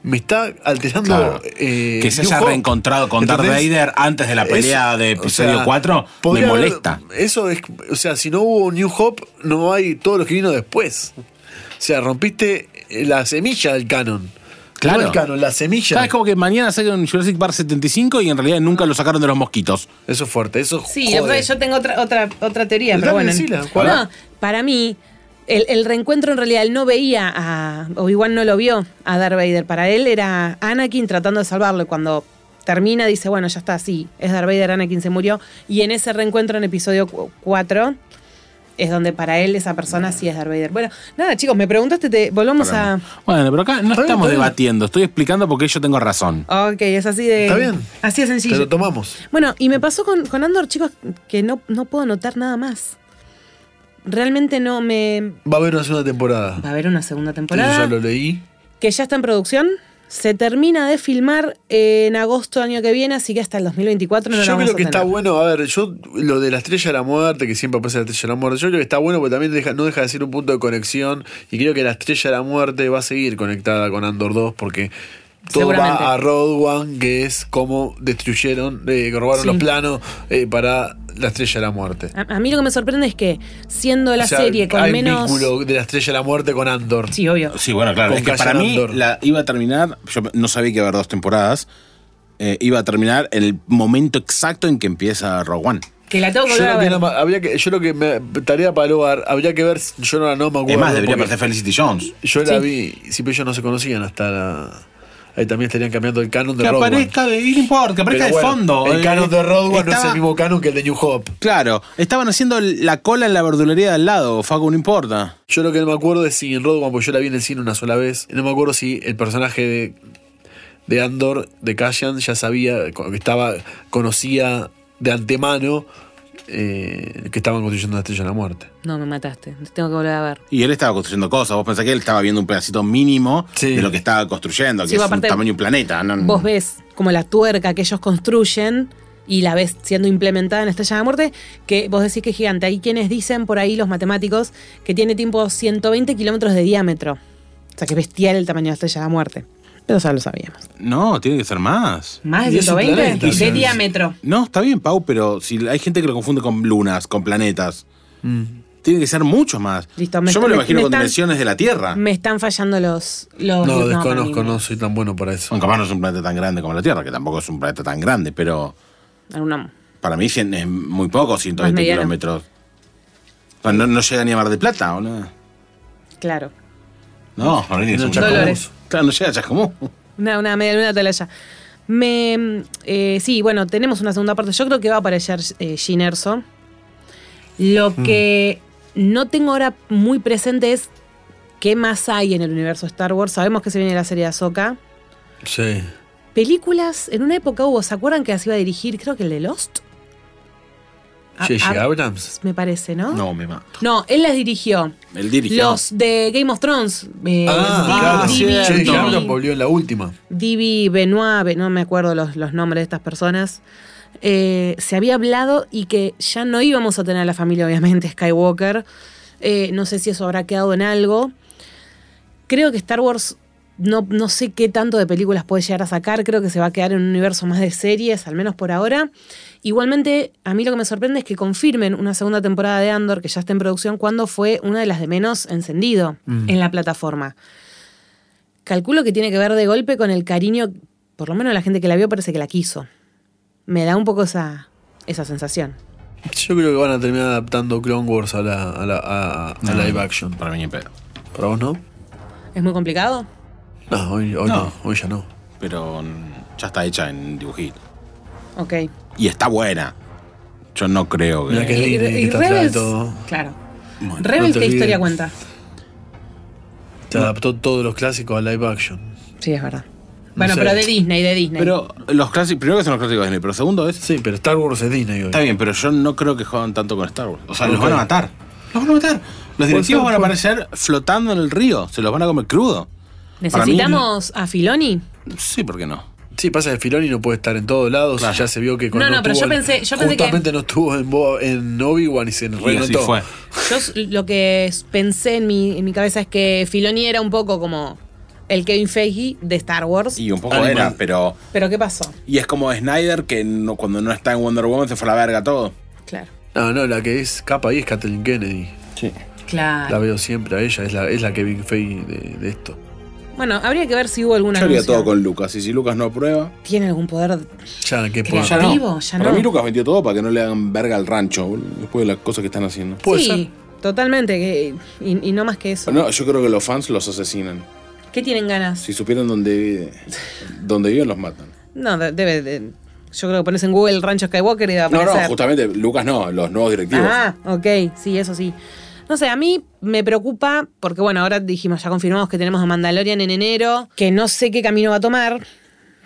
S4: me está alterando.
S6: claro.
S4: eh,
S6: que se
S4: New
S6: haya
S4: Hope.
S6: reencontrado con Darth
S4: ¿Entendés?
S6: Vader antes de la pelea
S4: Eso,
S6: de
S4: o
S6: episodio
S4: sea,
S6: 4 me
S4: podría haber-
S6: molesta.
S4: eso es, o sea, si no hubo New Hope, no hay todo lo que vino después. O sea, rompiste eh, la semilla del canon.
S6: Claro.
S4: No el canon, la semilla.
S6: ¿Sabes? Como que mañana saquen Jurassic Park 75 y en realidad nunca lo sacaron de los mosquitos.
S4: Eso es fuerte, eso
S1: Sí,
S4: jode.
S1: lo que pasa es que yo tengo otra, otra, otra teoría,
S4: Dale,
S1: pero bueno.
S4: decila, ¿cuál?
S1: No, para mí, el, el reencuentro en realidad, él no veía a. Obi-Wan no lo vio a Darth Vader. Para él era Anakin tratando de salvarlo. Y Cuando termina, dice, bueno, ya está, así es Darth Vader, Anakin se murió. Y en ese reencuentro en episodio 4. Es donde para él esa persona sí es Darth Vader. Bueno, nada, chicos, me preguntaste, te, volvamos a.
S6: Bueno, pero acá no
S4: bien,
S6: estamos
S4: está bien.
S6: debatiendo, estoy explicando porque yo tengo razón.
S1: Ok, es así de.
S4: Está bien.
S1: Así de
S4: Te
S1: sencillo.
S4: lo tomamos.
S1: Bueno, y me pasó con, con Andor, chicos, que no, no puedo notar nada más. Realmente no me.
S4: Va a haber una segunda temporada.
S1: Va a haber una segunda
S4: Eso ya
S1: temporada
S4: lo leí.
S1: que ya está en producción. Se termina de filmar en agosto año que viene, así que hasta el 2024 no la
S4: yo
S1: vamos
S4: creo
S1: a
S4: que está
S1: tener.
S4: bueno, a ver, yo lo de la estrella de la muerte, que siempre aparece la estrella de la muerte, yo creo que está bueno porque también deja- no deja de ser un punto de conexión y creo que la estrella de la muerte va a seguir conectada con Andor 2 porque todo
S1: Seguramente.
S4: va a Road One, que es como destruyeron, eh, que robaron
S1: Sí.
S4: los planos eh, para la estrella de la muerte.
S1: A, a mí lo que me sorprende es que, siendo la
S4: O sea,
S1: serie con
S4: hay
S1: menos.
S4: vínculo de la estrella de la muerte con Andor.
S1: Sí, obvio.
S6: Sí, bueno, claro.
S4: Con
S6: Es que
S4: Cassian
S6: para mí
S4: Andor.
S6: la iba a terminar, yo no sabía que iba a haber dos temporadas, eh, iba a terminar el momento exacto en que empieza Rogue One.
S1: Que la tengo que volver
S4: Yo lo,
S1: a
S4: que
S1: ver.
S4: no me- habría que, yo lo que me tarea para el hogar, habría que ver, yo no la no me acuerdo.
S6: Es más, debería
S4: porque-
S6: aparecer Felicity Jones.
S4: Yo
S1: Sí.
S4: la vi, sí, pero ellos no se conocían hasta la- Ahí también estarían cambiando el canon de
S6: Que
S4: Rogue One.
S6: aparezca de, y no importa, que aparezca
S4: Pero
S6: de
S4: bueno,
S6: fondo.
S4: El
S6: Eh,
S4: canon de Rogue One no es
S6: estaba-
S4: el mismo canon que el de New Hope.
S6: Claro, estaban haciendo la cola en la verdulería de al lado, Facu, no importa.
S4: Yo lo que no me acuerdo es si en Rogue One, porque yo la vi en el cine una sola vez, no me acuerdo si el personaje de, de Andor, de Cassian, ya sabía, co- que estaba, conocía de antemano eh, que estaban construyendo la Estrella de la Muerte.
S1: No, me mataste. Tengo que volver a ver.
S6: Y él estaba construyendo cosas, vos pensás que él estaba viendo un pedacito mínimo
S4: Sí.
S6: de lo que estaba construyendo, que
S1: Sí,
S6: es un
S1: aparte-
S6: tamaño de un planeta. no-
S1: vos ves como la tuerca que ellos construyen y la ves siendo implementada en Estrella de la Muerte, que vos decís que es gigante. Hay quienes dicen por ahí, los matemáticos, que tiene tipo 120 kilómetros de diámetro. O sea, que es bestial el tamaño de Estrella de la Muerte. Pero ya lo sabíamos.
S6: No, tiene que ser más.
S1: ¿Más
S4: Y
S1: de
S4: es un
S1: 120?
S4: planeta, o sea,
S1: de
S4: es-
S1: diámetro.
S6: No, está bien, Pau, pero si hay gente que lo confunde con lunas, con planetas. Tiene que ser mucho más.
S1: Listo, me está-
S6: Yo me lo
S1: me-
S6: imagino
S1: me
S6: con
S1: están-
S6: dimensiones de la Tierra.
S1: Me están fallando los... los
S4: No,
S1: los- para
S4: desconozco,
S1: mí.
S4: no soy tan bueno para eso.
S6: Aunque capaz no es un planeta tan grande como la Tierra, que tampoco es un planeta tan grande, pero
S1: Alguna-
S6: para mí cien- es muy poco, 120
S1: mediano.
S6: kilómetros. O sea, No, no llega ni a Mar de Plata, ¿o no?
S1: claro.
S6: No, no, ni
S4: No,
S6: un
S4: Chascomús.
S1: Dolores.
S6: Claro, no llega a Chascomús.
S1: Una, una media luna atalaya. Me, eh, sí, bueno, tenemos una segunda parte. Yo creo que va a aparecer eh, Jyn Erso. Lo
S4: Hmm.
S1: que no tengo ahora muy presente es qué más hay en el universo Star Wars. Sabemos que se viene la serie de Ahsoka.
S4: Sí.
S1: Películas, en una época hubo, ¿se acuerdan que las iba a dirigir? Creo que el de Lost. A-
S4: J.J.
S1: a-
S4: Abrams.
S1: me parece,
S4: Ah.
S1: ¿no?
S6: No, me mato.
S1: No, él las dirigió.
S6: El dirigió.
S1: Los de Game of Thrones. eh, Divi-
S4: Ah, claro,
S1: Divi-
S6: cierto.
S4: J.J.
S1: Divi-
S4: Abrams volvió en la última.
S1: Divi Benoit, Be- no me acuerdo los, los nombres de estas personas, eh, se había hablado y que ya no íbamos a tener a la familia, obviamente, Skywalker. Eh, no sé si eso habrá quedado en algo. Creo que Star Wars, no, no sé qué tanto de películas puede llegar a sacar, creo que se va a quedar en un universo más de series, al menos por ahora. Igualmente, a mí lo que me sorprende es que confirmen una segunda temporada de Andor, que ya está en producción, cuando fue una de las de menos encendido en la plataforma. Calculo que tiene que ver de golpe con el cariño, por lo menos la gente que la vio parece que la quiso. Me da un poco esa, esa sensación.
S4: Yo creo que van a terminar adaptando Clone Wars a la, a la- a- a
S6: No,
S4: live action.
S6: Para mí ni pedo.
S4: ¿Para vos no?
S1: ¿Es muy complicado?
S4: No, hoy, hoy no.
S6: No.
S4: hoy ya no.
S6: Pero mm, ya está hecha en dibujito.
S1: Ok.
S6: Y está buena. Yo no creo
S4: Mirá
S6: que.
S4: que es Disney, que está atrás de todo.
S1: Claro.
S6: Bueno,
S1: Rebels,
S4: no te
S1: ¿qué historia
S4: olvides.
S1: cuenta?
S4: Se adaptó todos los clásicos a live action.
S1: Sí, es verdad. Bueno,
S4: sé.
S1: pero de Disney, de Disney.
S6: Pero los clásicos. Primero que son los clásicos de Disney, pero segundo es.
S4: Sí, pero Star Wars es Disney hoy.
S6: Está bien, pero yo no creo que juegan tanto con Star Wars. O sea, los
S4: Ok.
S6: van a matar. Los van a matar. Los directivos
S4: ser,
S6: van a
S4: puede-
S6: aparecer flotando en el río. Se los van a comer crudo. Para mí-
S1: ¿Necesitamos a Filoni?
S6: Sí, ¿por qué no?
S4: Sí, pasa que Filoni no puede estar en todos lados.
S6: Claro.
S4: Ya se vio que cuando
S1: no, pero
S4: estuvo
S1: yo
S4: en-
S1: pensé- yo pensé que-
S4: justamente no estuvo en, Bo- en Obi-Wan y se
S6: Y así
S4: renotó.
S6: fue.
S1: Yo s- lo que s- pensé en mi, en mi cabeza es que Filoni era un poco como el Kevin Feige de Star Wars.
S6: Y un poco
S4: Animal.
S6: era, pero.
S1: Pero ¿qué pasó?
S6: Y es como Snyder que no- cuando no está en Wonder Woman se fue a la verga todo.
S1: Claro.
S4: No, no, la que es capa ahí es Kathleen Kennedy.
S6: Sí.
S4: La
S1: Claro.
S4: veo siempre a ella, es la, es la Kevin Feige de, de esto.
S1: Bueno, habría que ver si hubo alguna.
S6: Yo haría
S1: anuncio.
S6: todo con Lucas. Y si Lucas no aprueba.
S1: ¿Tiene algún poder?
S4: Ya, que
S1: Claro.
S4: puede,
S1: Ya no. Vivo, ya
S6: Para
S1: no.
S6: mí Lucas metió todo para que no le hagan verga al rancho, boludo, después de las cosas que están haciendo.
S4: puede
S1: sí,
S4: ser.
S1: totalmente. que- y, y no más que eso.
S6: No, yo creo que los fans los asesinan.
S1: ¿Qué tienen ganas?
S6: Si supieran dónde, vive- dónde viven, los matan.
S1: No, de- debe. de- yo creo que pones en Google Rancho Skywalker y va a
S6: No, no,
S1: aparecer.
S6: justamente Lucas no, los nuevos directivos.
S1: Ah, ok, sí, eso sí. No sé, a mí me preocupa porque, bueno, ahora dijimos, ya confirmamos que tenemos a Mandalorian en enero, que no sé qué camino va a tomar,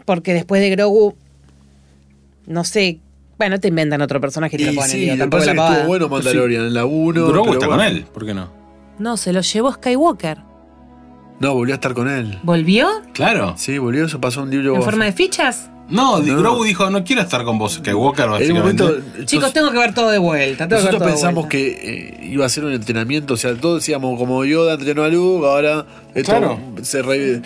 S1: porque después de Grogu, no sé, bueno, te inventan otro personaje y te lo
S4: Y
S1: ponen,
S4: sí,
S1: digo,
S4: me
S1: tampoco
S4: parece
S1: la
S4: que
S1: pavada.
S4: estuvo bueno
S6: Pues
S4: Mandalorian en la 1.
S6: Grogu
S4: pero
S6: está
S4: bueno.
S6: con él, ¿por qué no?
S1: No, se lo llevó Skywalker.
S4: No, volvió a estar con él.
S1: ¿Volvió?
S6: Claro.
S4: Sí, volvió, eso pasó un libro.
S1: ¿En forma de fichas?
S6: No,
S4: No.
S6: Grogu dijo, no quiero estar con vos, que Walker
S4: En un momento,
S1: Chicos, tengo que ver todo de vuelta. tengo que ver
S4: nosotros
S1: todo de
S4: pensamos
S1: vuelta.
S4: que eh, iba a ser un entrenamiento, o sea, todos decíamos como Yoda entrenó a Luke, ahora esto
S6: Claro.
S4: se re-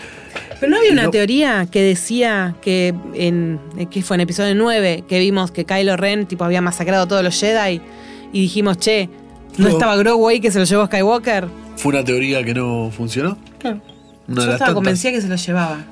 S1: Pero no había una
S4: No.
S1: teoría que decía que en. eh, que fue en episodio 9 que vimos que Kylo Ren tipo, había masacrado a todos los Jedi y dijimos, che, ¿no,
S4: No.
S1: estaba Grogu ahí que se lo llevó Skywalker?
S4: fue una teoría que no funcionó. Una de
S1: Yo
S4: las
S1: estaba
S4: tantas.
S1: convencida que se lo llevaba.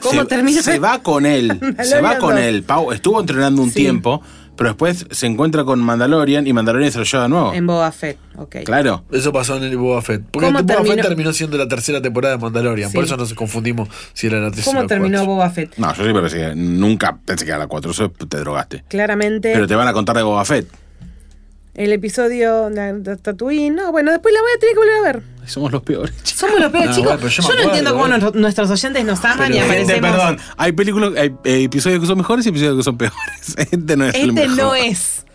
S1: ¿Cómo termina?
S6: Se va con él, se va con él. Pau estuvo entrenando un
S1: Sí.
S6: tiempo, pero después se encuentra con Mandalorian y Mandalorian se lo lleva de nuevo.
S1: En Boba Fett, ok.
S6: Claro.
S4: Eso pasó en el Boba Fett. Porque
S1: ¿Cómo
S4: Boba
S1: terminó?
S4: Fett terminó siendo la tercera temporada de Mandalorian.
S1: Sí.
S4: Por eso nos confundimos si era la tercera.
S1: ¿Cómo
S4: o
S1: terminó
S4: cuarta.
S1: Boba Fett?
S6: No, yo sí pensé que nunca pensé que era la 4, eso te drogaste.
S1: Claramente.
S6: Pero te van a contar de Boba Fett.
S1: El episodio de de Tatooine. No, bueno, después la voy a tener que volver a ver.
S6: Somos los peores.
S1: Somos los peores,
S4: No,
S1: chicos.
S4: bueno, pero
S1: yo
S4: yo me
S1: no
S4: acuerdo,
S1: entiendo cómo
S4: bueno.
S1: nos- nuestros oyentes nos aman y
S4: Pero,
S1: aparecemos.
S6: Gente, perdón. Hay películas, hay eh, episodios que son mejores y episodios que son peores. Este no es el
S1: Este
S6: mejor.
S1: no es.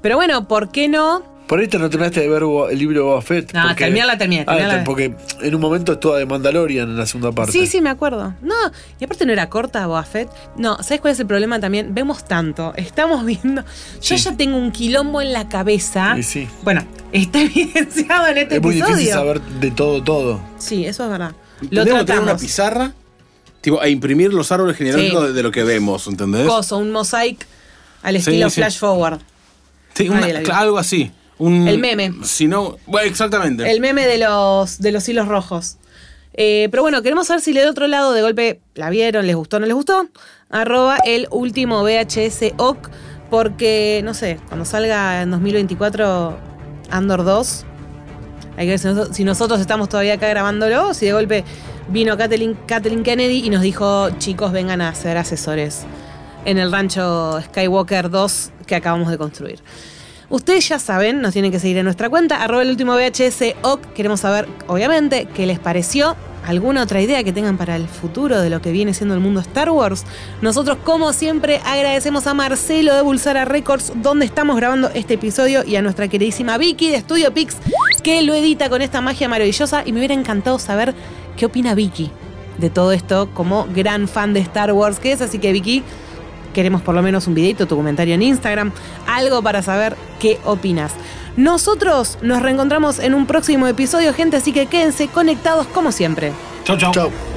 S1: Pero bueno, ¿por qué no?
S4: Por ahí te no terminaste de ver Boba- el libro de Boba Fett.
S1: No, terminé la- terminé, terminé
S4: Ah,
S1: la-
S4: porque en un momento estuvo de Mandalorian en la segunda parte.
S1: Sí, sí, me acuerdo. No, y aparte no era corta Boba Fett. No, ¿sabes cuál es el problema también? Vemos tanto, estamos viendo. Yo ya tengo un quilombo en la cabeza.
S4: Y sí.
S1: Bueno, está evidenciado en este
S4: Es muy
S1: episodio.
S4: difícil saber de todo, todo.
S1: Sí, eso es verdad. Lo
S6: Tendríamos que tener una
S1: tratamos.
S6: pizarra tipo, e imprimir los árboles genealógicos
S1: Sí.
S6: de, de lo que vemos, ¿entendés?
S1: Coso, un mosaic al
S6: Sí,
S1: estilo
S6: sí.
S1: flash forward.
S6: Sí, una-
S1: Nadie la vio.
S6: cla- algo así. Un,
S1: El meme.
S6: Si no, bueno, exactamente.
S1: El meme de los, de los hilos rojos. Eh, pero bueno, queremos saber si le de otro lado de golpe la vieron, les gustó, no les gustó. Arroba el último VHS OC, porque no sé, cuando salga en 2024 Andor 2, hay que ver si, noso- si nosotros estamos todavía acá grabándolo o si de golpe vino Kathleen, Kathleen Kennedy y nos dijo, chicos, vengan a ser asesores en el rancho Skywalker 2 que acabamos de construir. Ustedes ya saben, nos tienen que seguir en nuestra cuenta, arroba el último VHS OC. Queremos saber, obviamente, qué les pareció. ¿Alguna otra idea que tengan para el futuro de lo que viene siendo el mundo Star Wars? Nosotros, como siempre, agradecemos a Marcelo de Bulsara Records, donde estamos grabando este episodio, y a nuestra queridísima Vicky de Studio Pix, que lo edita con esta magia maravillosa. Y me hubiera encantado saber qué opina Vicky de todo esto, como gran fan de Star Wars que es. Así que, Vicky, Queremos por lo menos un videito, tu comentario en Instagram, algo para saber qué opinas. Nosotros nos reencontramos en un próximo episodio, gente, así que quédense conectados como siempre.
S6: Chau, chau.
S4: Chau.